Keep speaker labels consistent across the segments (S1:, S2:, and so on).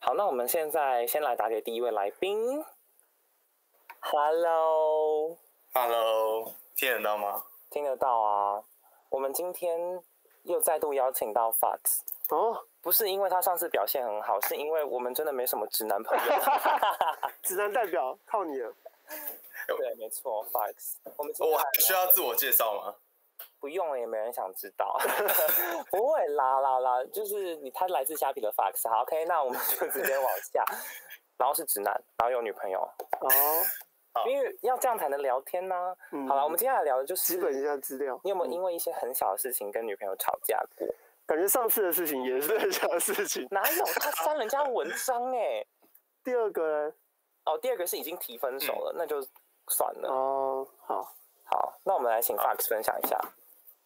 S1: 好，那我们现在先来打给第一位来宾。Hello，
S2: Hello，听得到吗？
S1: 听得到啊？我们今天又再度邀请到 Fat，
S3: 哦，
S1: 不是因为他上次表现很好，是因为我们真的没什么直男朋友。啊
S3: 直男代表靠你了。
S1: 对，没错，Fox。我们今天
S2: 我还需要自我介绍吗？
S1: 不用了，也没人想知道。不会啦啦啦，就是你，他来自虾皮的 Fox。好，OK，那我们就直接往下。然后是直男，然后有女朋友，
S3: 哦，
S2: 好
S1: 因为要这样才能聊天呢、
S3: 嗯
S1: 好了，我们接下来聊的就是，
S3: 基本一下资料。
S1: 你有没有因为一些很小的事情跟女朋友吵架过？
S3: 感觉上次的事情也是很小的事情。
S1: 哪有？他删人家文章哎、
S3: 第二个呢？
S1: 哦，第二个是已经提分手了，那就算了。
S3: 哦， 好，
S1: 好，那我们来请 Fox 分享一下。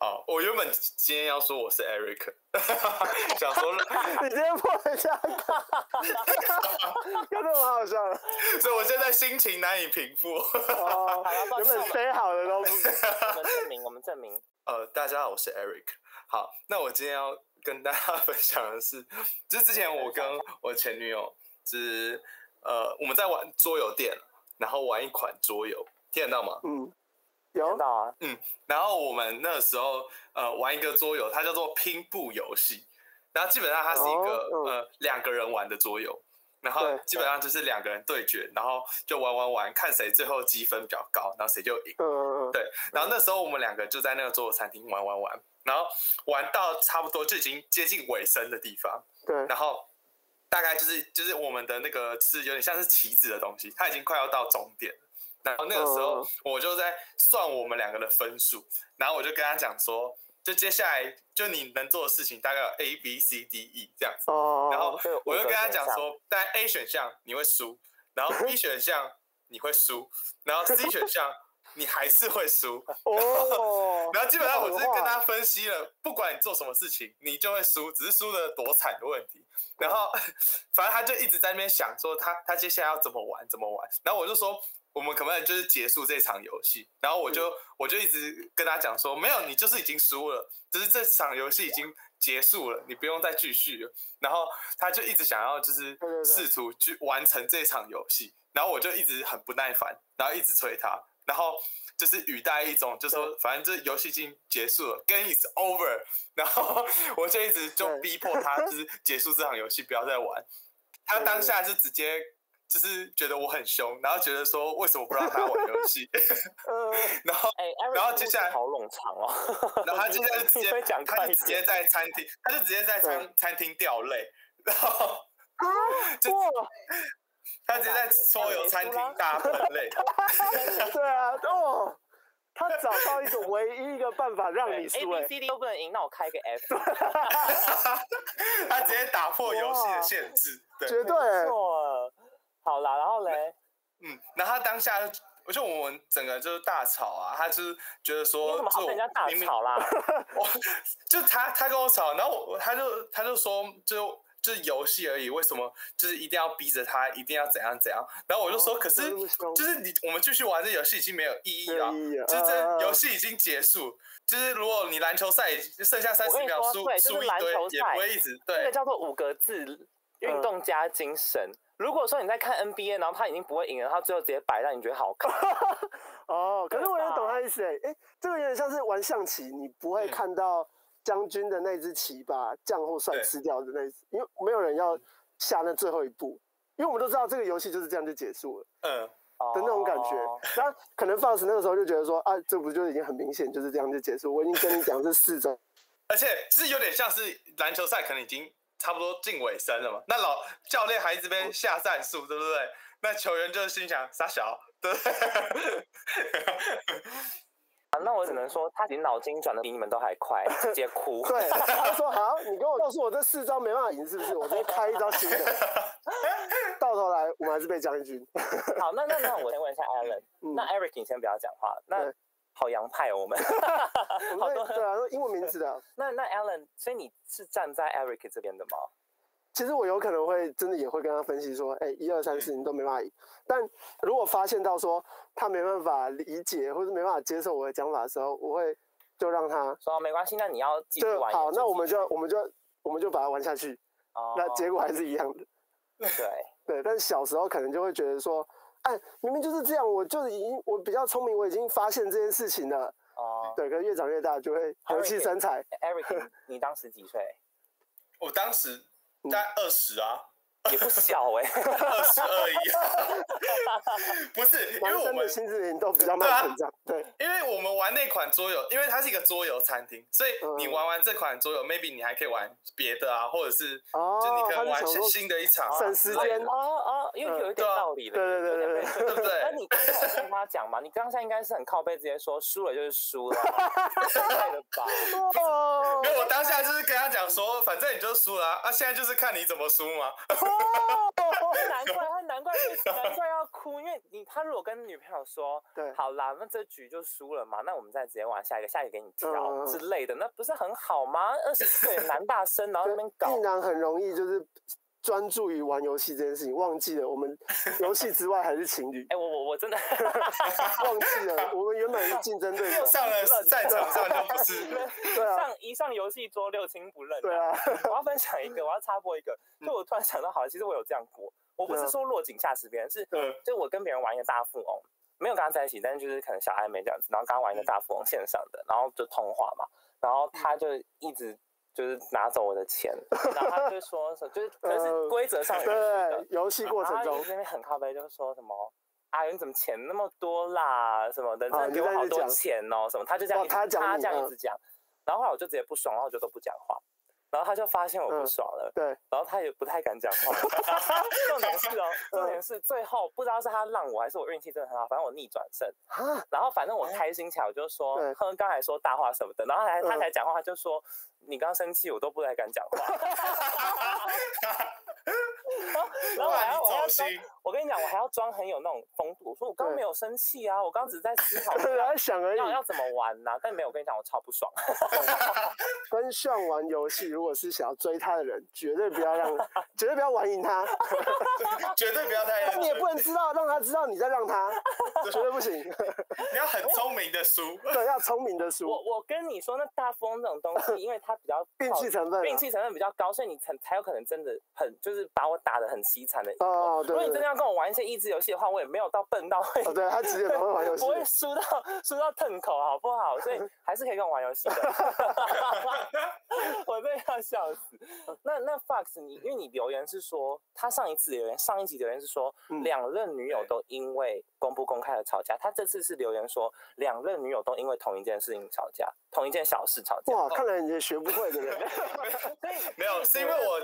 S2: 好，哦我原本今天要说我是 Eric，想说，
S3: 你今天破了一下梗，看得我好笑了。
S2: 所以我现在心情难以平复。
S3: 哦，
S1: 好了，抱歉，
S3: 原本
S1: 我们
S3: 塞好的都不。
S1: 我们证明，我们证明。
S2: 呃，大家好，我是 Eric。好，那我今天要跟大家分享的是，就是之前我跟我前女友，就是呃，我们在玩桌游店，然后玩一款桌游，听得到吗？
S3: 嗯，
S1: 知
S3: 有
S1: 道啊，
S2: 然后我们那时候呃玩一个桌游，它叫做拼布游戏。然后基本上它是一个、
S3: 哦嗯
S2: 呃两个人玩的桌游，然后
S3: 对
S2: 基本上就是两个人对决，然后就玩玩玩，看谁最后积分比较高，然后谁就赢。
S3: 嗯嗯嗯，
S2: 对，然后那时候我们两个就在那个桌游餐厅玩玩玩，然后玩到差不多就已经接近尾声的地方，
S3: 对，
S2: 然后大概就是就是我们的那个是有点像是棋子的东西，它已经快要到终点了。然后那个时候
S3: 嗯
S2: 我就在算我们两个的分数，然后我就跟他讲说，就接下来就你能做的事情大概有 A B C D E 这样子。
S3: 哦，
S2: 然后
S1: 对五
S2: 我就
S1: 个
S2: 跟他
S1: 选
S2: 讲
S1: 项
S2: 说，但 A 选项你会输，然后 B 选项你会输，然后 C 选项你还是会输。
S3: 哦，
S2: 然后基本上我
S3: 这
S2: 是
S3: 种话
S2: 跟他分析了，不管你做什么事情，你就会输，只是输的多惨的问题。然后反正他就一直在那边想说他他接下来要怎么玩怎么玩。然后我就说我们可不可以就是结束这场游戏？然后我
S3: 嗯
S2: 就、我就一直跟他讲说没有，你就是已经输了，只是这场游戏已经结束了，你不用再继续了。然后他就一直想要就是
S3: 对对对
S2: 试图去完成这场游戏，然后我就一直很不耐烦，然后一直催他，然后就是语带一种就说反正这游戏已经结束了，game is over，然后我就一直就
S3: 对
S2: 逼迫他就是结束这场游戏，不要再玩。他
S3: 对对
S2: 当下就直接就是觉得我很凶，然后觉得说为什么不让他玩游 戏，
S3: 呃，
S2: 然后
S1: 哎、Eric
S2: 然后
S1: 的
S2: 接
S1: 故
S2: 下
S1: 事
S2: 来
S1: 好冗长哦。
S2: 然后他现在 就直
S1: 你
S2: 接
S1: 会讲，快
S2: 他
S1: 一
S2: 就
S1: 点
S2: 直接在餐厅，他就直接在餐餐厅掉泪，然后就
S3: 啊哇，
S2: 他直接在所有餐厅大喷 泪。
S3: 对啊，哦，他找到一个唯一一个办法让你
S1: A
S3: 输，
S1: B
S3: 哎，
S1: C D 都不能赢，那我开一个 F。
S2: 他直接打破游戏的限制。对，
S3: 绝对，哎
S1: 错了。好啦，然后嘞，
S2: 嗯，然后他当下就，我就我们整个就是大吵啊，他就是觉得
S1: 你
S2: 说，
S1: 怎么好
S2: 就
S1: 跟人家大
S2: 明明
S1: 吵啦？
S2: 我就他他跟我吵，然后我他就他就说就。就是游戏而已，为什么就是一定要逼着他一定要怎样怎样？然后我就说，
S3: 哦
S2: 可是
S3: 这么凶
S2: 就是你我们继续玩这游戏已经没有意义了，
S3: 没有意义了
S2: 就是
S3: 嗯嗯
S2: 这
S3: 嗯
S2: 游戏已经结束。就是如果你篮球赛已经剩下三
S1: 我
S2: 十
S1: 跟你
S2: 秒
S1: 说
S2: 输
S1: 对就是
S2: 输一
S1: 篮
S2: 堆
S1: 球，
S2: 也
S1: 赛
S2: 不会一直
S1: 这
S2: 对
S1: 个，叫做五个字：运
S3: 嗯
S1: 动加精神。如果说你在看 NBA，然后他已经不会赢了，他最后直接摆烂，你觉得好看？
S3: 哦，可是我
S1: 对
S3: 也
S1: 吧
S3: 懂他意思哎，哎，这个有点像是玩象棋，你不会
S2: 嗯
S3: 看到将军的那只棋把将或帅
S2: 对
S3: 吃掉的那一只，因为没有人要下那最后一步，因为我们都知道这个游戏就是这样就结束了
S2: 嗯，
S3: 的那种感觉
S1: 哦。
S3: 然后可能 Fox 那个时候就觉得说啊，这不就已经很明显就是这样就结束，我已经跟你讲这四种，
S2: 而且是有点像是篮球赛，可能已经差不多近尾声了嘛。那老教练还一直边下战术，对不对？那球员就是心想傻小，对不对？
S1: 啊，那我只能说他已经脑筋转的比你们都还快，直接哭。
S3: 对，他说好，你跟我告诉我这四招没办法赢是不是？我直接开一招新的，到头来我们还是被将军。
S1: 好，那那那我先问一下 Alan，
S3: 嗯
S1: 那 Eric 你先不要讲话，那
S3: 对
S1: 好洋派哦，我们。
S3: 我
S1: 好
S3: 们
S1: 多
S3: 那对啊，英文名字的啊、
S1: 那那 Alan，所以你是站在 Eric 这边的吗？
S3: 其实我有可能会真的也会跟他分析说，哎、一二三
S2: 嗯
S3: 四你都没办法赢。但如果发现到说他没办法理解或者没办法接受我的讲法的时候，我会就让他
S1: 说没关系，那你要继续
S3: 就
S1: 玩也
S3: 好，
S1: 是
S3: 那
S1: 继
S3: 我们
S1: 续
S3: 就我们就我们就把它玩下去。
S1: 哦
S3: 那结果还是一样的，
S1: 对，
S3: 对，但小时候可能就会觉得说，哎，明明就是这样，我就已经我比较聪明，我已经发现这件事情了。
S1: 哦、
S3: 对，可是越长越大就会
S1: 还有
S3: 和
S1: 一
S3: 气
S1: 点
S3: 生财。
S1: e r i c 你当时几岁？
S2: 我哦当时大概二十啊，
S1: 也不小 哎、
S2: 二十二 一，啊不是，因为
S3: 男
S2: 我
S3: 生
S2: 们啊
S3: 的心智年龄都比较慢成长，对，
S2: 因为我们玩那款桌游，因为它是一个桌游餐厅，所以
S3: 嗯
S2: 你玩完这款桌游、m a y b e 你还可以玩别的啊，或者是
S3: 哦
S2: 就你可
S3: 他
S2: 能
S3: 就
S2: 玩
S3: 想
S2: 新
S3: 说
S2: 新的一场啊
S3: 省时
S2: 之类的
S3: 间
S1: 哦哦，因为有一点道理的，
S3: 嗯对对对对对，
S2: 对不
S1: 那
S2: 对？
S1: 你刚才有跟他讲嘛？你刚才应该是很靠背，直接说输了就是输了啊，对了 吧？
S3: 哦
S2: 没有，我当下就是跟他讲说，反正你就输了啊，啊，现在就是看你怎么输嘛。
S3: 哦
S1: 难怪他难怪难怪要哭，因为你他如果跟女朋友说，
S3: 对
S1: 好啦，那这局就输了嘛，那我们再直接玩下一个，下一个给你挑
S3: 嗯
S1: 之类的，那不是很好吗？二十岁的男大生，然后在那边搞
S3: 一，男很容易就是专注于玩游戏这件事情，忘记了 我们游戏之外还是情侣，
S1: 哎，我我我 真的
S3: 忘记了我们原本是竞争对 手。
S2: 上了战场上就不是，
S3: 对啊
S1: 上一上游戏桌六亲不认，
S3: 对啊，
S1: 我要分享一个，我要插播一个，就我突然想到，好了，其实我有这样过，我不
S3: 嗯对
S1: 是
S3: 啊
S1: 说落井下石别人，是
S2: 嗯
S1: 就我跟别人玩一个大富翁，没有跟他在一起，但是就是可能小暧昧这样子，然后刚
S3: 嗯
S1: 玩一个大富翁线上的，然后就通话嘛，然后他就一直就是拿走我的钱，然后他就说什么，就是可是
S3: 呃
S1: 规则上有规定的啊
S3: 对，游戏过程
S1: 然后
S3: 中
S1: 一直，在那边很靠背，就是说什么。啊，你怎么钱那么多啦？什么的，真
S3: 啊
S1: 的
S3: 你
S1: 给我
S3: 在
S1: 好
S3: 那
S1: 多
S3: 讲
S1: 钱哦，什么？他就这样
S3: 哦
S1: 一直，
S3: 他讲
S1: 他
S3: 你
S1: 这样一
S3: 嗯
S1: 直讲，然后后来我就直接不爽，然后我就都不讲话，然后他就发现我不
S3: 嗯
S1: 爽了，
S3: 对，
S1: 然后他也不太敢讲 话。重点是哦，
S3: 嗯
S1: 重点是最后不知道是他让我还是我运气真的很好，反正我逆转胜。
S3: 啊，
S1: 然后反正我开心起来，我就说
S3: 对，
S1: 哼，刚才说大话什么的，然后他才他
S3: 嗯
S1: 才讲话，他就说你刚生气，我都不太敢 讲话。 然后然后我还
S2: 哇，
S1: 要我还
S2: 你
S1: 要
S2: 走
S1: 装，
S2: 心，
S1: 我跟你讲，我还要装很有那种风度，我说我刚刚
S3: 对啊
S1: 没有生气啊，我刚刚只是在思 考
S3: 来想而已。
S1: 要要怎么玩呐、但没有，我跟你讲，我超不爽。
S3: 跟上玩游戏，如果是想要追他的人，绝对不 要让，绝对不要玩赢他，
S2: 绝对不要太认
S3: 但
S2: 真，
S3: 你也不能知道让他知道你在 让他，绝对不行。
S2: 你要很聪明的输。
S3: 对，要聪明的输，
S1: 我我跟你说，那大富翁这种东 西，因为它比较
S3: 运气成分啊。
S1: 运气成分比较高，所以你才才有可能真的很就是把我打的很凄惨的。
S3: 哦，
S1: 如
S3: 对
S1: 果你真
S3: 对
S1: 的
S3: 对，
S1: 要跟我玩一些益智游戏的话，我也没有到笨到会
S3: 哦，对他职业不会玩游戏
S1: 不。会输到输到腾口，好不好？所以还是可以跟我玩游 戏的。我真的要笑死。那那 Fox，你因为你留言是说，他上一次留言，上一集留言是说，
S3: 嗯
S1: 两任女友都因为公不公开而吵架。他这次是留言说，两任女友都因为同一件事情吵架，同一件小事吵架。
S3: 哇，看来你也学不会 的人。
S2: 没有，是因为我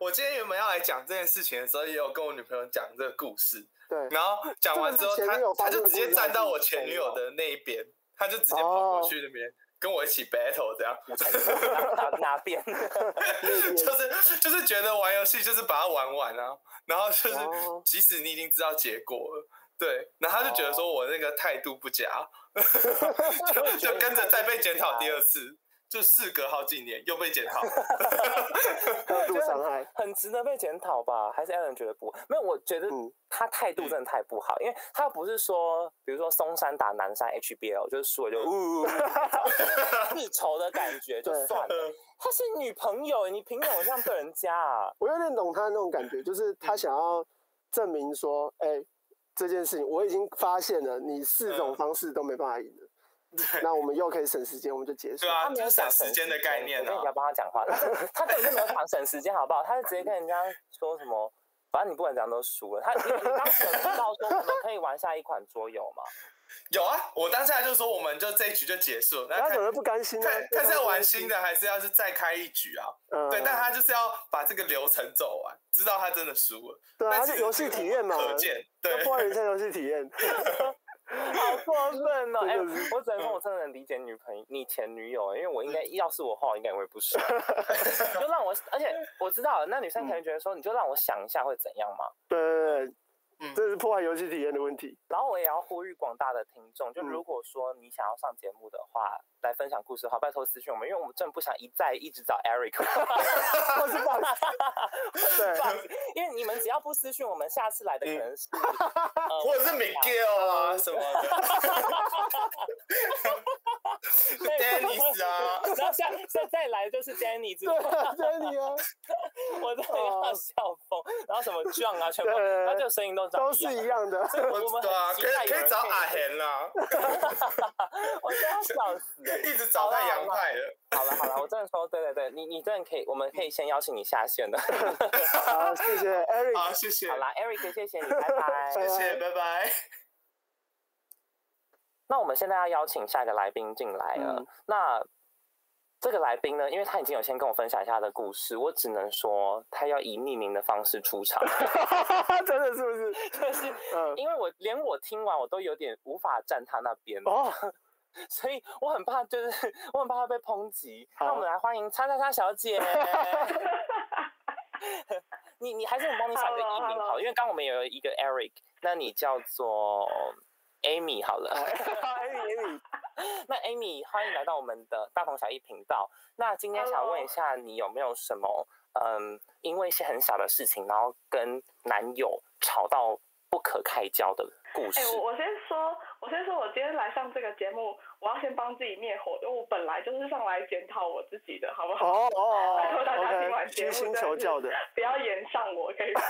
S2: 我今天原本要来讲这件事情的时候，也有跟我女朋友讲这个故事，
S3: 对，
S2: 然后讲完之后，
S3: 这个是前女友
S2: 她她
S3: 发生
S2: 就直
S3: 的
S2: 接站到我前女友的那一边，她就直接跑过去那边、跟我一起 battle 这样。
S1: 哪哪边？
S3: 那边
S2: 就是就是觉得玩游戏就是把它玩完啊，然后就是
S3: 哦
S2: 即使你已经知道结果了，对，然后他就觉得
S3: 哦
S2: 说我那个态度不佳， 就就跟着再被检讨
S3: 欸
S2: 第二次，就事隔好几年又被检 讨，呃
S3: 高度伤害。
S1: 很值得被检讨吧？还是 Alan 觉得不？没有，我觉得
S3: 嗯
S1: 他态度真的太不好，因为他不是说，比如说松山打南山 HBL 就是输了就呜呜 呜，世仇的感觉就
S3: 对
S1: 算了。他是女朋友，你凭什么这样对人家 啊？
S3: 我有点懂他那种感觉，就是他想要证明说，哎、这件事情我已经发现了，你四种
S2: 嗯
S3: 方式都没办法赢了，
S2: 对
S3: 那我们又可以省时间，我们就结束
S2: 对。啊，
S1: 他没
S2: 就
S1: 有
S2: 是省
S1: 讲
S2: 时间的概念
S1: 哎我觉得
S2: 啊
S1: 你不，要帮他 讲话，他真的他根本就没有讲省时间，好不好？他就直接跟人家说什么，反正你不管怎样都输了。他你你当时有知道说我们可以玩下一款桌游吗？
S2: 有啊，我当下就说我们就这一局就结束，那
S3: 他可
S2: 看
S3: 能不甘心啊
S2: 看，看是要玩新的还是要是再开一局啊，
S3: 呃，
S2: 对，但他就是要把这个流程走完，知道他真的输了，
S3: 对啊，
S2: 但
S3: 他
S2: 其
S3: 是
S2: 实
S3: 游戏体验嘛，
S2: 可见对
S3: 就。破坏人家游戏体验。
S1: 好过分 哦！哎、
S3: 真的是嗯
S1: 我只能说，我真的能理解女朋友、你前女友，因为我应该要是我话，我应该也会不 爽。就让我，而且我知道了，那女生可能觉得说，你就让我想一下会怎样嘛。
S3: 对对对，
S2: 嗯
S3: 这是破坏游戏体验的问题。
S1: 然后我也要呼吁广大的听众，就
S3: 嗯
S1: 如果说你想要上节目的话，来分享故事的话，拜托私讯我们，因为我们真的不想一再一直找 Eric，或是放，
S3: 对
S1: 放，因为你们只要不私讯我们，下次来的可能是，呃
S3: 嗯
S2: 或者是 Miguel 啊什么的， Dennis 啊
S1: 然后下再再来就是 Danny 之
S3: 对
S1: 类的，
S3: 啊，Danny 啊，
S1: 我真的要笑疯。然后什么 John 啊，全部
S3: 哦对
S1: 他这声音都长
S3: 都是一。样的。
S1: 我我们
S2: 对啊，
S1: 很
S2: 可
S1: 期待
S2: 以
S1: 有
S2: 可以
S1: 人
S2: 找阿
S1: 以，
S2: 贤啦，
S1: 我真的要笑死了。
S2: 一直找太洋派的。
S1: 好啊了好了，我真的说，对对对，你你真的可以，我们可以先邀请你下线的。
S3: 好，谢谢 Eric。
S2: 好，谢谢
S1: 好， 啦，Eric，谢谢你，拜拜。
S2: 谢谢，拜拜。
S1: 那我们现在要邀请下一个来宾进来了。
S3: 嗯
S1: 那这个来宾呢，因为他已经有先跟我分享一下他的故事，我只能说他要以匿名的方式出 场，
S3: 真的是不是？
S1: 就是
S3: 嗯，
S1: 因为我连我听完我都有点无法站他那边，
S3: 哦，
S1: 所以我很怕，就是我很怕他被抨击。
S3: 好
S1: 那我们来欢迎叉叉叉小姐。 你你还是我帮你想一个艺名好
S4: Hello，
S1: 了，因为刚刚我们有一个 Eric，那你叫做 Amy 好了。
S3: 艾米艾米，
S1: 那 Amy，欢迎来到我们的大同小异频道。那今天想问一下，你有没有什么嗯，因为一些很小的事情，然后跟男友吵到不可开交的故事
S4: 哎、？我我先说，我先说，我今天来上这个节目，我要先帮自己灭火，因为我本来就是上来检讨我自己的，好不好？
S3: 哦哦哦
S4: 拜托大家听
S3: ，OK，
S4: 完节
S3: 虚
S4: 目
S3: 心求教的，
S4: 不要延上我，可以吗？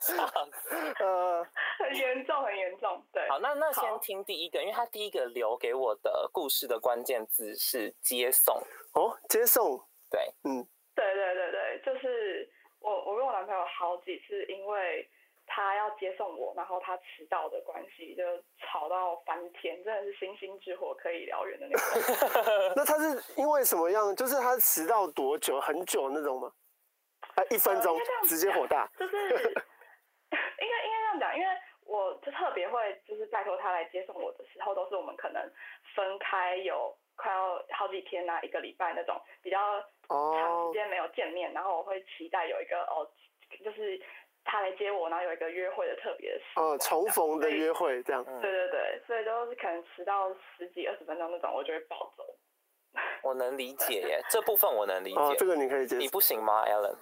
S1: 笑死
S3: 呃，
S4: 很严重，很严重，对。
S1: 好，那那
S4: 好
S1: 先听第一个，因为他第一个留给我的故事的关键字是接送。
S3: 哦，接送，
S1: 对，
S3: 嗯，
S4: 对对对对，就是我我跟我男朋友好几次因为他要接送我，然后他迟到的关系，就吵到翻天，真的是星星之火可以燎原的那种。
S3: 那他是因为什么样？就是他迟到多久？很久那种吗？啊，一分钟
S4: 呃应该这样
S3: 直接火大，
S4: 就是应该应该这样讲，因为我就特别会就是拜托他来接送我的时候，都是我们可能分开有快要好几天啊，一个礼拜那种比较长时
S3: 哦，
S4: 间没有见面，然后我会期待有一个哦，就是他来接我，然后有一个约会的特别的时
S3: 哦，重逢的
S4: 对
S3: 约会这样，
S1: 嗯
S4: 对对对，所以都是可能迟到十几二十分钟那种，我就会暴走。
S1: 我能理解耶，这部分我能理
S3: 哦，
S1: 解。
S3: 这个你可以接呃
S1: 你
S3: 受。
S1: 不行吗，Alan？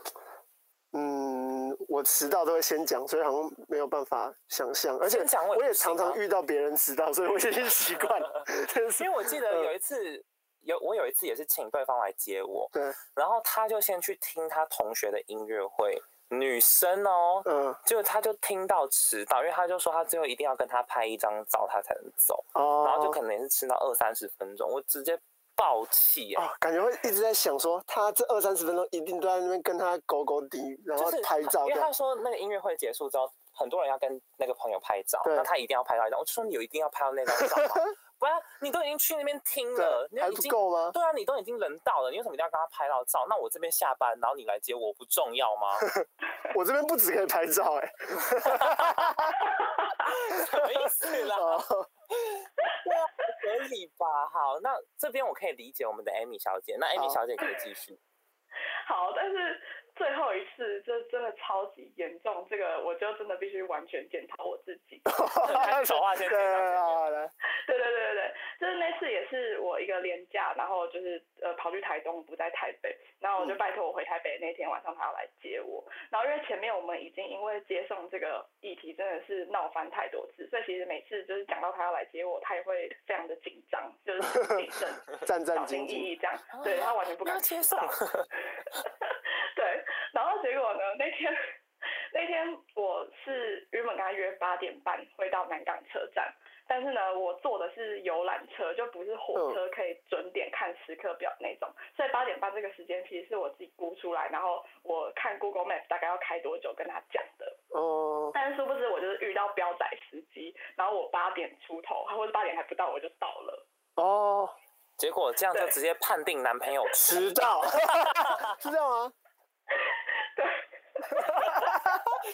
S3: 嗯，我迟到都会先讲，所以好像没有办法想象，而且
S1: 先讲我也
S3: 我也
S1: 不行
S3: 常常
S1: 啊
S3: 遇到别人迟到，所以我已经习惯了，真是
S1: 因为我记得有一次，有我有一次也是请对方来接我，
S3: 对，
S1: 然后他就先去听他同学的音乐会，女生哦，
S3: 嗯，
S1: 结果他就听到迟到，因为他就说他最后一定要跟他拍一张照，他才能走，
S3: 哦，
S1: 然后就可能也是迟到二三十分钟，我直接爆气啊！
S3: 哦，感觉会一直在想说，他这二三十分钟一定都在那边跟他勾勾滴，然后
S1: 就是
S3: 拍照
S1: 因为
S3: 这样
S1: 他。说那个音乐会结束之后，很多人要跟那个朋友拍照，
S3: 对
S1: 那他一定要拍到一张，我就说你有一定要拍到那张照 吗？不然你都已经去那边听了，你
S3: 对，还
S1: 已
S3: 不
S1: 经
S3: 够吗？
S1: 对啊，你都已经人到了，你为什么一定要跟他拍到照？那我这边下班，然后你来接我，不重要吗？
S3: 我这边不止可以拍照哎、
S1: 什么意思啦？
S3: 哦，
S1: 对啊，合理吧？好，那这边我可以理解我们的 Amy 小姐，那 Amy
S3: 好
S1: 小姐可以继续。
S4: 好，但是最后一次这真的超级严重，这个我就真的必须完全检讨我自己。
S1: 开始讲啊话先
S3: 对啊
S1: 先讲
S3: 好好来，
S4: 对对对对对，就是那次也是我一个廉假，然后就是呃跑去台东，不在台北，然后我就拜托我回台北那天晚上他要来接我，然后因为前面我们已经因为接送这个议题真的是闹翻太多次，所以其实每次就是讲到他要来接我，他也会非常的紧张，就是谨慎、
S3: 战战
S4: 小
S3: 兢
S4: 心翼
S3: 兢。
S4: 翼这样，对他完全不敢
S1: 要接送，
S4: 对，然后结果呢？那天那天我是原本跟他约八点半会到南港车站，但是呢，我坐的是游览车，就不是
S3: 嗯
S4: 火车可以准点看时刻表那种，所以八点半这个时间其实是我自己估出来，然后我看 Google Map 大概要开多久跟他讲的。
S3: 哦，
S4: 但是殊不知我就是遇到标仔司机，然后我八点出头或者八点还不到我就到了。
S3: 哦，
S1: 结果这样就
S4: 对
S1: 直接判定男 朋友
S3: 迟 到，是这样吗？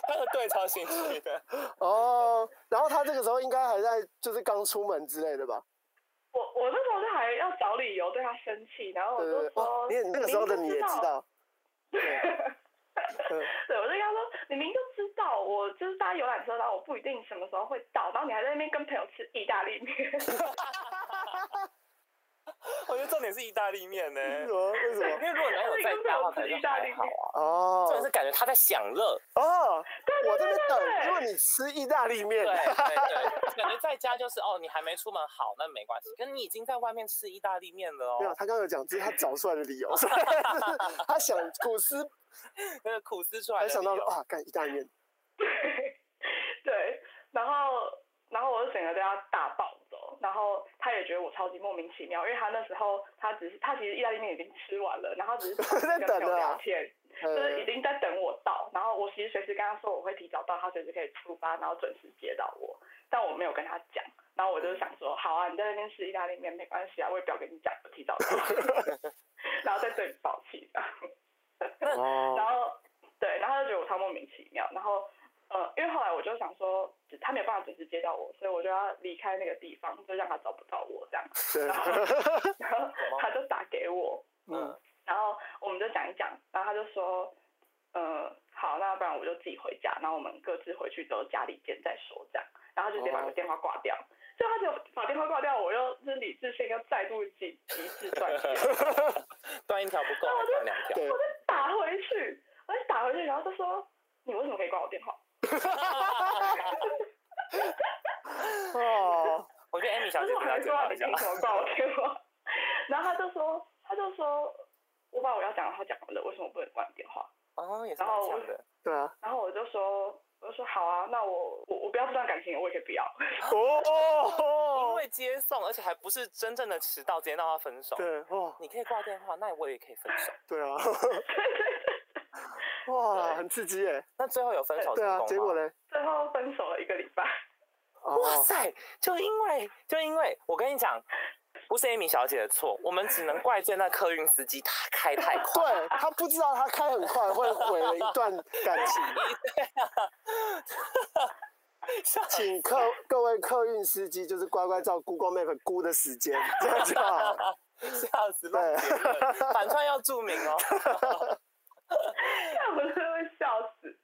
S1: 他的对超兴趣的。
S3: 哦，然后他这个时候应该还在，就是刚出门之类的吧？
S4: 我我那时候就还要找理由对他生气，然后我
S3: 对
S4: 就
S3: 对
S4: 说
S3: 对，，哦，你也那个时候的你
S4: 明
S3: 也
S4: 明就
S3: 知道，
S4: 对，我就跟他说，你明明就知道我就是搭游览车，然后我不一定什么时候会到，然后你还在那边跟朋友吃意大利面，
S1: 我我觉得重点是意大利 面呢、
S3: 为什么？为
S1: 因
S3: 什么？
S1: 为如果男友在家的话，可能就还好啊。重点
S3: 哦
S1: 是感觉他在享乐，
S3: 哦，我这边
S4: 对
S3: 等，因为你吃意大利面
S1: 对，对对，感觉在家就是哦，你还没出门好，那没关系，可是你已经在外面吃意大利面了
S3: 没有，
S1: 哦，
S3: 他刚刚有讲这是他找出来的理由， 所以就是他想苦思，
S1: 那个苦思出来
S3: 才
S1: 的
S3: 想到
S1: 理
S3: 说
S1: 由
S3: 啊，干意大利面，
S4: 对，然后然后我就整个对他大暴走，然后他也觉得我超级莫名其妙，因为他那时候他只是他其实意大利面已经吃完了，然后 只是
S3: 在
S4: 跟
S3: 等
S4: 朋友
S3: 啊
S4: 聊天，就是已
S3: 呃，
S4: 经在等我到，然后我其实随时跟他说我会提早到，他随时可以出发，然后准时接到我，但我没有跟他讲，然后我就想说，好啊，你在那边吃意大利面没关系啊，我也不要跟你讲我提早到，然后再对你爆气这样
S3: 哦，
S4: 然后对，然后他就觉得我超莫名其妙，然后呃，因为后来我就想说，只他没有办法准时接到我，所以我就要离开那个地方，就让他找不到我这样，
S3: 对，
S4: 然后他就打给我，
S3: 嗯，
S4: 然后我们就讲一讲，然后他就说，呃，好，那不然我就自己回家，然后我们各自回去之后家里见再说这样，然后就直接把
S3: 哦
S4: 电话挂掉。就他就把电话挂掉，我又就是理智线又再度极极致断线，
S1: 断一条不够，还断两条。
S3: 对，
S4: 打回去，我就打回去，然后就说你为什么可以挂我电话？
S3: 哦，
S1: 我觉得 Amy 小
S4: 可
S1: 姐
S4: 是我
S1: 真的
S4: 还
S1: 要嘴
S4: 说啊
S1: 巴
S4: 你
S1: 一
S4: 凭
S1: 下，
S4: 什么挂我电话？然后他就说，他就说，我把我要讲的话讲完了，为什么不能挂你电话？
S1: 哦，也是蛮强的。
S3: 对啊，
S4: 然后我就说，我就说好啊，那我我我不要这段感情，我也可以不要。
S1: 因
S3: 哦，
S1: 为接送，而且还不是真正的迟到，直接让他分手。
S3: 对，哇，
S1: 你可以挂电话，那我也可以分手。
S3: 对啊，哇，很刺激耶，
S1: 那最后有分手成
S3: 对啊，结
S1: 功
S3: 果
S1: 吗？
S3: 嘞，
S4: 最后分手了一个礼拜，
S1: 哇
S3: 哦，
S1: 塞！就因为就因为我跟你讲，不是 Amy 小姐的错，我们只能怪罪那客运司机他开太 快。
S3: 对他不知道他开很快会毁了一段感情，请客各位客运司机就是乖乖照 Google Map 估的时间，这样就好了。
S1: 吓死乱结 论，反串要注明哦。
S4: 那我真的会笑死。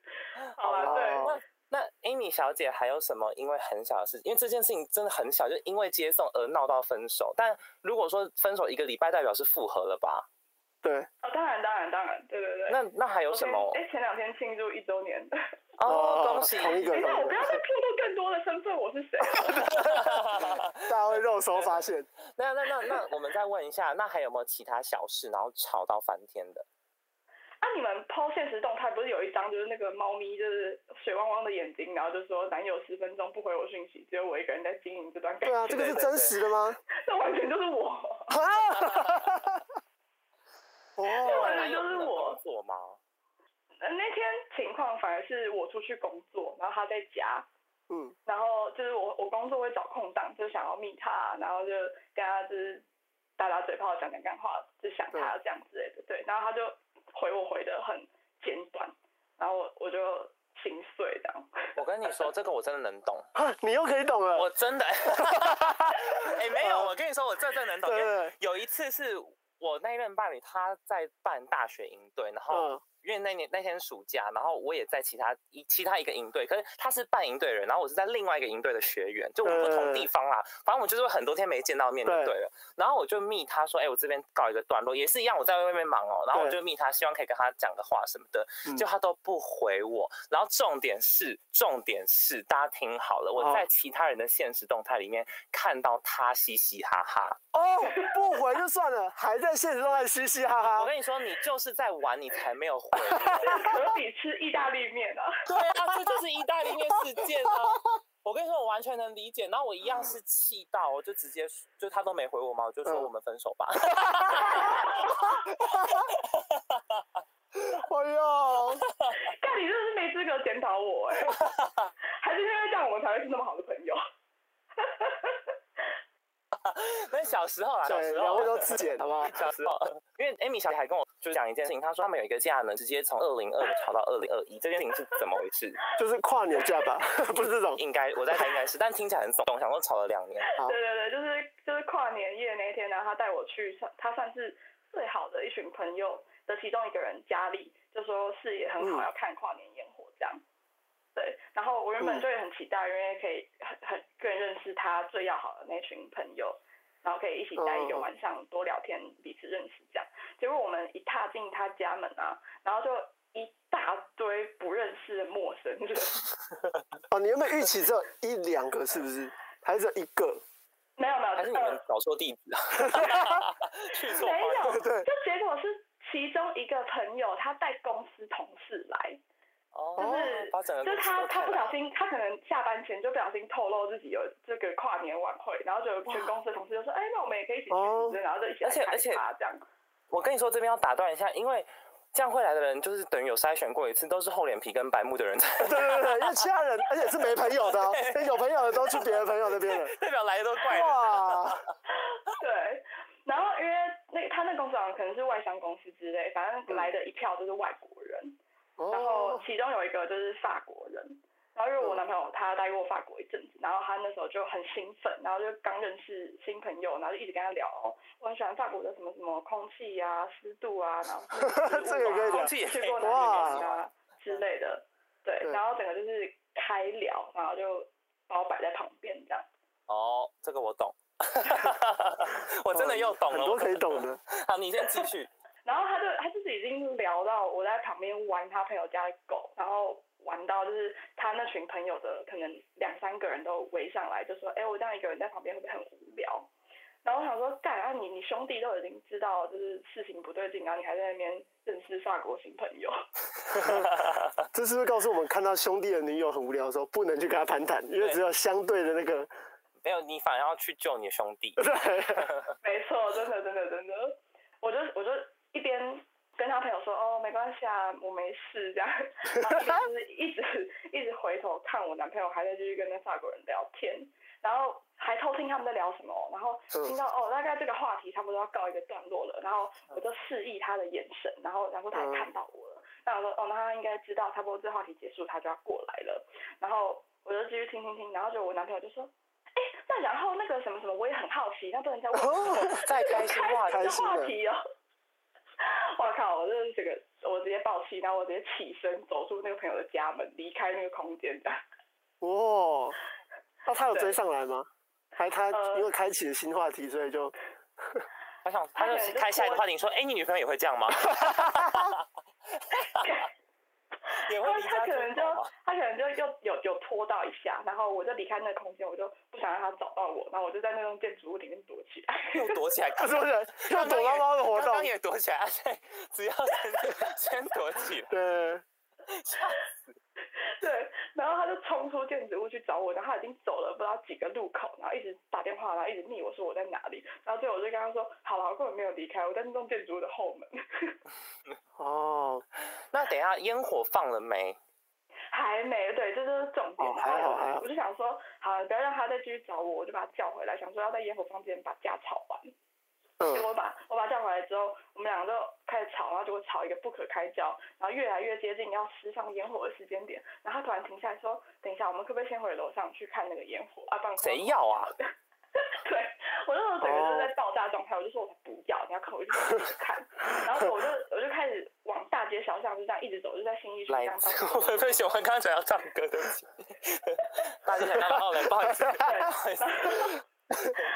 S4: 好了，对，
S3: 哦
S1: 那 Amy 小姐还有什么因为很小的事情？因为这件事情真的很小，就因为接送而闹到分手。但如果说分手一个礼拜，代表是复合了吧？
S3: 对，
S4: 哦，当然当然当然，对对对。
S1: 那那还有
S4: 我
S1: 什
S4: 前
S1: 么？
S4: 哎，前两天庆祝一周年，
S1: 哦，恭喜！
S3: 哎同一个
S4: 等一
S3: 人，
S4: 下，我不要再透露更多的身份，我是谁？啊
S3: 大家会肉搜发现。
S1: 那那那那，我们再问一下，那还有没有其他小事，然后吵到翻天的？
S4: 啊，你们抛现实动态不是有一张就是那个猫咪就是水汪汪的眼睛，然后就说男友十分钟不回我讯息，只有我一个人在经营这段感
S3: 对
S4: 情。
S3: 啊，这个是真实的吗？
S4: 这完全就是我，
S3: 啊！
S4: 对
S3: 哦，
S4: 那就是我
S1: 做吗？
S4: 呃那天情况反而是我出去工作，然后他在家，
S3: 嗯，
S4: 然后就是我我工作会找空档，就想要密他，然后就跟他就是打打嘴炮，讲讲干话，就想他这样之类的，对，然后他就回我回的很简短，然后我我就心碎这样。
S1: 我跟你说，这个我真的能 懂，
S3: 啊你又可以懂了
S1: 我。真 的。哎、没有，我跟你说，我这真的能懂。
S3: 嗯对
S1: 因为
S3: 对对，
S1: 有一次是我那一任伴侣，他在办大学营队，然后
S3: 嗯，
S1: 因为那年那天暑假，然后我也在其他一其他一个营队，可是他是办营队人，然后我是在另外一个营队的学员，就我们不同地方啦。反正我就是会很多天没见到面就
S3: 嗯
S1: 对
S3: 对
S1: 了。然后我就密他说，哎、我这边告一个段落，也是一样，我在外面忙哦。然后我
S3: 对
S1: 就密他，希望可以跟他讲个话什么的
S3: 嗯，
S1: 就他都不回我。然后重点是，重点是，大家听好了，
S3: 好
S1: 我在其他人的现实动态里面看到他嘻嘻哈哈。
S3: 哦，不回就算了，还在现实中还嘻嘻哈
S1: 我
S3: 哈。
S1: 跟你说，你就是在玩，你才没有回我。
S4: 可比吃意大利面啊！
S1: 对啊，这就是意大利面事件啊！我跟你说，我完全能理解。然后我一样是气到，我就直接就他都没回我嘛，我就说
S3: 嗯
S1: 我们分手吧。
S3: 哎呦，
S4: 但你真的是没资格检讨我哎、还是因为这样我们才会是那么好的朋友？
S1: 那小时候啦，啊小
S3: 对，
S1: 时
S3: 两
S1: 候
S3: 位都自检好不好？
S1: 小时候，因为 Amy 小姐还跟我就讲一件事情，她说他们有一个假呢，直接从二零二吵到二零二一，这件事情是怎么回事？
S3: 就是跨年假吧， 不是这种。
S1: 应该我在猜应该是，但听起来很耸动，想说吵了两年。
S4: 对对对，就是就是跨年夜那一天呢，他带我去，他算是最好的一群朋友的其中一个人家里，就说视野很好，
S3: 嗯
S4: 要看跨年烟火这样。对，然后我原本
S3: 嗯
S4: 就也很期待，因为可以很很更认识他最要好的那群朋友。然后可以一起待一个晚上，多聊天，彼此认识这样。结果我们一踏进他家门啊，然后就一大堆不认识的陌生人，
S3: 哦，你原本预期只有一两个是不是？还是只有一个？
S4: 没有没有，
S1: 还是你
S4: 呃
S1: 们搞错地址啊？ 去错
S4: 没
S1: 房
S4: 有，
S3: 对
S4: 就结果是其中一个朋友他带公司同事来，
S1: 哦
S4: 就是，
S1: 把整个
S4: 就是他
S1: 公司
S4: 他
S1: 都
S4: 不
S1: 看了
S4: 小心，他可能下班前就不小心透露自己有这个跨年晚会，然后就全公司的同事就说，哎，那我们也可以一起去
S3: 哦
S4: 组织，然后就一起
S1: 而且
S4: 来开
S1: 而且
S4: 趴 这样。
S1: 我跟你说，这边要打断一下，因为这样会来的人，就是等于有筛选过一次，都是厚脸皮跟白目的人才，
S3: 对对对，因为其他人而且是没朋友的、 哦，有朋友的都去别的朋友那边 了。
S1: 代表来的都怪人。
S3: 哇，
S4: 对，然后因为那他那公司好像可能是外商公司之类，反
S1: 嗯
S4: 正来的一票都是外国人，然后
S3: 哦，嗯
S4: 其中有一个就是法国人。然后因为我男朋友他待过法国一阵子，然后他那时候就很兴奋，然后就刚认识新朋友，然后就一直跟他聊，哦，我很喜欢法国的什么什么空气啊、湿度啊，然后那个
S3: 这个也可
S1: 聊
S3: 以
S4: 植物啊
S1: 空气也可以
S4: 去过哪
S3: 哇
S4: 里玩啊之类的，对，
S3: 对
S4: 然后整个就是开聊，然后就把我摆在旁边这样。
S1: 哦，这个我 懂，我真的又懂了。我
S3: 很多可以懂的。
S1: 好，你先继续。
S4: 然后他就他就是已经聊到我在旁边玩他朋友家的狗，然后玩到就是他那群朋友的可能两三个人都围上来，就说：“哎，我这样一个人在旁边会不会很无聊？”然后我想说，干啊你你兄弟都已经知道就是事情不对劲，然后你还在那边认识法国新朋友，
S3: 这是不是告诉我们，看到兄弟的女友很无聊的时候，不能去跟他攀谈，因为只有相对的那个，
S1: 没有，你反而要去救你兄 弟。
S3: 对，
S4: 没错，真的真的真的，我就我就一边跟他朋友说哦没关系啊，我没事这样，然后一边就是一直一直回头看我男朋友还在继续跟那法国人聊天，然后还偷听他们在聊什么，然后
S3: 嗯
S4: 听到哦大概这个话题差不多要告一个段落了，然后我就示意他的眼神，然后然后他也
S3: 嗯
S4: 看到我了，那我说哦那他应该知道差不多这话题结束他就要过来了，然后我就继续听听听，然后就我男朋友就说。哎，那然后那个什么什么，我也很好奇，那不能再问了
S3: 哦
S1: 再开心话
S3: 开
S4: 这
S3: 心
S4: 话
S3: 的
S4: 题哦。我靠！我真的这个，我直接爆气，然后我直接起身走出那个朋友的家门，离开那个空间的。
S3: 哇，哦那他有追上来吗？还他
S4: 呃
S3: 因为开启了新话题，所以就
S1: 他想，他就
S4: 他可能
S1: 是
S4: 就
S1: 开下一个
S4: 拖
S1: 话题，说：“哎、你女朋友也会这样吗？”也
S4: 他
S1: 会哦离
S4: 他
S1: 家
S4: 可
S1: 出
S4: 能就
S1: 走吗？
S4: 他可能就又有有拖到一下，然后我就离开那个空间，我就不想让他找到我，然后我就在那栋建筑物里面躲起来。
S1: 又躲起来，
S3: 他
S1: 刚
S3: 是不是又躲猫猫的活
S1: 刚
S3: 动
S1: 刚？也躲起来， 对，只要先先躲起来。
S3: 对，
S4: 对，然后他就冲出建筑物去找我，然后他已经走了不知道几个路口，然后一直打电话，然后一直密我说我在哪里，然后最后我就跟他说，好了，我根本没有离开，我在那栋建筑物的后门。
S3: 哦，
S1: 那等一下烟火放了没？
S4: 还没，对，这就是重点。
S3: 哦
S4: 然后
S3: 还好还好
S4: 我就想说，好，不要让他再继续找我，我就把他叫回来，想说要在烟火房间把架吵完。结
S3: 嗯，
S4: 果我把我把他叫回来之后，我们两个就开始吵，然后结果吵一个不可开交，然后越来越接近要释放烟火的时间点，然后他突然停下来说：“等一下，我们可不可以先回楼上去看那个烟火啊？”不然
S1: 谁要啊？
S4: 对，我那时候整个就是
S3: 哦
S4: 在爆炸状态，我就说我才不要，你要看我就自己看，然后我就我就开始往大街小巷就这样一直走，就在新义区这
S1: 来
S4: 样到处
S1: 自，
S4: 走。
S1: 我会被喜欢刚才要唱歌的， 大家想干嘛？哦，来，不好意 思，不好意思，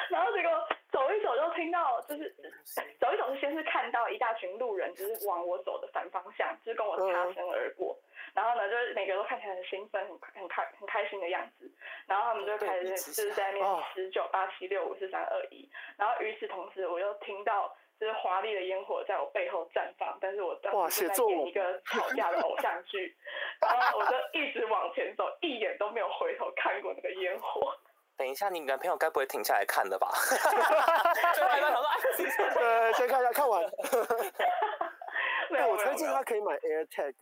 S4: 然后结果走一走就听到，就是走一走是先是看到一大群路人，就是往我走的反方向，就是跟我擦
S3: 嗯
S4: 身而过。然后呢，就是每个都看起来很兴奋、很很开、很开心的样子。然后他
S3: 哦
S4: 们就开始就是在那边十九八七六五四三二一。然后与此同时，我又听到就是华丽的烟火在我背后绽放，但是我当
S3: 哇
S4: 时
S3: 写
S4: 在
S3: 作
S4: 演
S3: 文
S4: 一个吵架的偶像剧，然后我就一直往前走，一眼都没有回头看过那个烟火。
S1: 等一下，你男朋友该不会停下来看 的吧？就他刚想 说，哎，谁谁，
S3: 呃，先看一下，看完，对
S4: 没有，
S3: 哎我
S4: 没有
S3: 推荐
S4: 没有
S3: 他可以买 AirTag，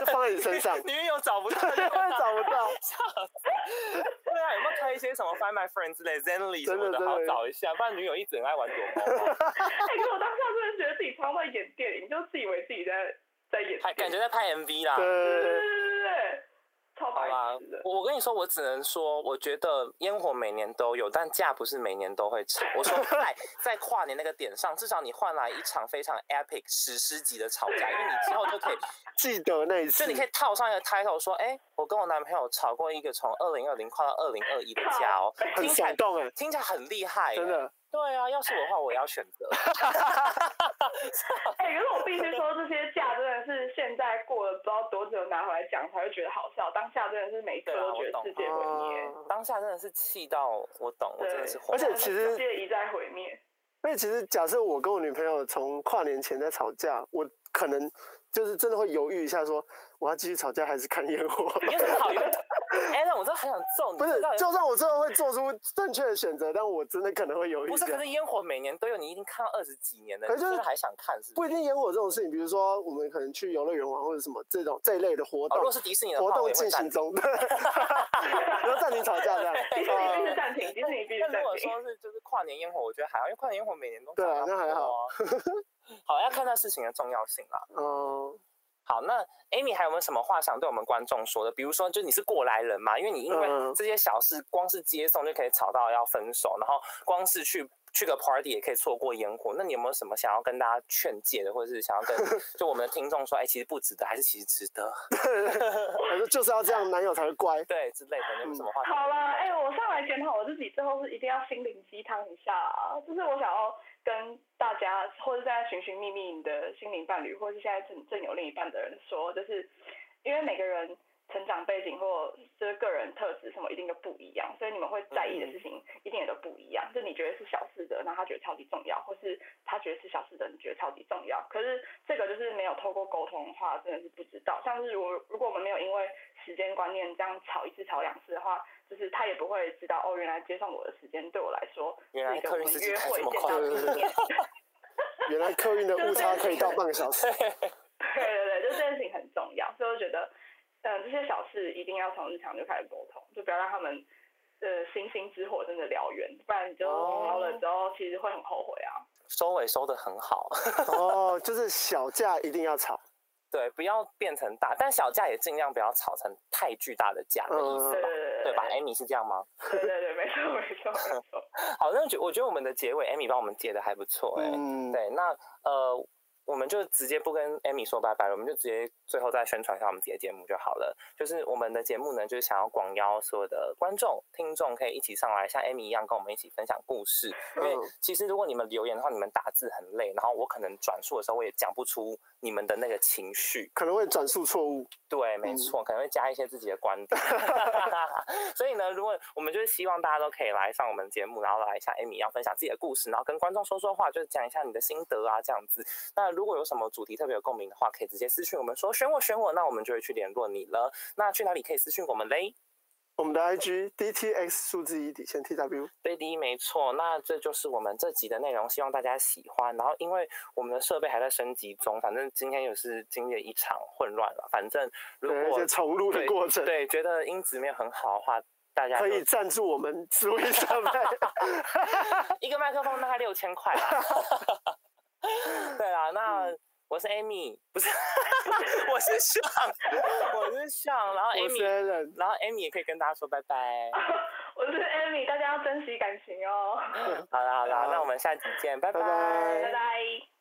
S3: 就放在你身上
S1: 女友找不到，
S3: 对，找不到。
S1: 对啊，有没有开一些什么 Find My Friend 之类、Zenly 什
S3: 真的
S1: 么的，
S3: 真的
S1: 好找一下，不然女友一整爱玩躲猫 猫，
S4: 哎、可我当下真的觉得自己超在演电影，就自以为自己在在演
S1: 还
S4: 电
S1: 感
S4: 影
S1: 觉在拍 MV 啦。
S4: 对对
S3: 对，
S4: 对对对，超
S1: 好
S4: 白
S1: 啦
S4: 痴的，。
S1: 我我跟你说，我只能说，我觉得烟火每年都有，但架不是每年都会吵。我 说在在跨年那个点上，至少你换来一场非常 epic 史诗级的吵架，因为你之后就可以，
S3: 记得那一次
S1: 就你，可以套上一个 title 说，哎、我跟我男朋友吵过一个从二零二零跨到二零二一的架哦，
S3: 很
S1: 听起来
S3: 闪动哎，
S1: 听起来很厉害耶，
S3: 真的。
S1: 对对啊，要是我的话，我也要选择。
S4: 哎、可是我必须说，这些假真的是现在过了不知道多久拿回来讲才会觉得好笑，当下真的是每一刻
S1: 对啊
S4: 都觉
S1: 我
S4: 得
S1: 懂
S4: 世界毁灭。
S3: 啊
S1: 当下真的是气到我懂，我真的是
S4: 对
S1: 火
S3: 而且
S1: 大
S3: 其实
S4: 世界一再毁灭。
S3: 所以其实假设我跟我女朋友从跨年前在吵架，我可能就是真的会犹豫一下说，我要继续吵架还是看烟火。
S1: 你有什么好用的？哎、那我真的很想揍你。
S3: 不是
S1: 到，底
S3: 就算我最后会做出正确的选择，但我真的可能会犹豫一
S1: 不是，可
S3: 下。
S1: 是烟火每年都有，你一定看到二十几年的，
S3: 可
S1: 你
S3: 是就
S1: 真
S3: 是
S1: 的还想看是不
S3: 不
S1: 是？
S3: 一定烟火这种事情，比如说我们可能去游乐园玩或者什么这种这一类的活
S1: 哦，
S3: 动
S1: 如，果是迪士尼的话，
S3: 活
S1: 我
S3: 动
S1: 也会
S3: 进
S1: 赞
S3: 行中，对， 然后暂停吵架这样。
S4: 迪士尼必须
S3: 啊
S4: 暂停，迪士尼必须
S1: 那
S4: 暂
S1: 如果
S4: 停。
S1: 说是就是跨年烟火，我觉得还好，因为跨年烟火每年都
S3: 对啊
S1: 差不
S3: 那还
S1: 多啊。好，要看待事情的重要性啦。
S3: 嗯，
S1: 好，那 Amy 还有没有什么话想对我们观众说的？比如说，就你是过来人嘛，因为你因
S3: 嗯
S1: 为这些小事，光是接送就可以吵到要分手，然后光是去去个 party 也可以错过烟火。那你有没有什么想要跟大家劝诫的，或者是想要跟就我们的听众说，哎、其实不值得，还是其实值得，
S3: 我说呃就是要这样，男友才会乖。
S1: 对之类的？你有没有什么话？
S4: 好啦，哎、我上来检讨我自己，最后是一定要心灵鸡汤一下啊！就是我想要跟大家，或是在寻寻觅觅你的心灵伴侣，或是现在正正有另一半的人说，就是因为每个人成长背景或就是个人特质什么一定都不一样，所以你们会在意的事情一定也都不一样。就你觉得是小事的，那他觉得超级重要，或是他觉得是小事的，你觉得超级重要。可是这个就是没有透过沟通的话，真的是不知道。像是如果如果我们没有因为时间观念这样吵一次、吵两次的话，就是他也不会知道哦，原来接送我的时间对我来说
S1: 原
S4: 是
S1: 来
S4: 一个
S1: 客
S4: 我
S1: 运
S4: 们
S1: 司机
S4: 约
S1: 开
S4: 会
S1: 这么
S4: 见
S1: 快
S4: 到
S3: 对对
S4: 一面。
S3: 原来客运的误差可以到半个小时。
S4: 对对对，就这件事情很重要，所以我觉得，嗯、这些小事一定要从日常就开始沟通，就不要让他们，呃，星星之火真的燎原，不然你就
S3: 哦
S4: 烧了之后，其实会很后悔啊。
S1: 收尾收的很好，
S3: 哦，就是小架一定要吵。
S1: 对，不要变成大，但小架也尽量不要吵成太巨大的架的意思
S3: 嗯
S4: 对
S1: 吧，
S4: 对
S1: 对吧？Amy 是这样吗？
S4: 对对对，没错没错没 错。
S1: 好，那觉我觉得我们的结尾，Amy 帮我们结的还不错哎、
S3: 嗯，
S1: 对，那呃，我们就直接不跟 Amy 说拜拜了，我们就直接最后再宣传一下我们自己的节目就好了。就是我们的节目呢，就是想要广邀所有的观众、听众可以一起上来，像 Amy 一样跟我们一起分享故事。因为
S3: 嗯
S1: 其实如果你们留言的话，你们打字很累，然后我可能转述的时候我也讲不出你们的那个情绪。
S3: 可能会转述错误。
S1: 对，没
S3: 嗯
S1: 错，可能会加一些自己的观 点。所以呢，如果我们就是希望大家都可以来上我们节目，然后来一下 Amy 要分享自己的故事，然后跟观众说说话，就是讲一下你的心得啊，这样子。那如果有什么主题特别有共鸣的话，可以直接私讯我们说选我选我，那我们就会去联络你了。那去哪里可以私讯我们嘞？
S3: 我们的 IG DTX 数字一底线 TW，
S1: 对第一没错，那这就是我们这集的内容，希望大家喜欢。然后因为我们的设备还在升级中，反正今天也是经历了一场混乱了。反正如
S3: 对，一
S1: 果
S3: 些重录的
S1: 对
S3: 过程，
S1: 对，觉得音质没有很好的话，大家
S3: 可
S1: 就
S3: 以赞助我们思维设备。
S1: 一个麦克风大概六千块 啦。对啦，那我是 Amy，不是， 我是 s 我是 s 然后
S3: 我是
S1: Amy，
S3: Alan，
S1: 然后 Amy 也可以跟大家说拜拜。
S4: 我是 Amy，大家要珍惜感情哦，
S1: 好啦好啦，
S3: 好
S1: 那我们下集见，拜
S3: 拜
S1: 拜
S3: 拜
S4: 拜拜。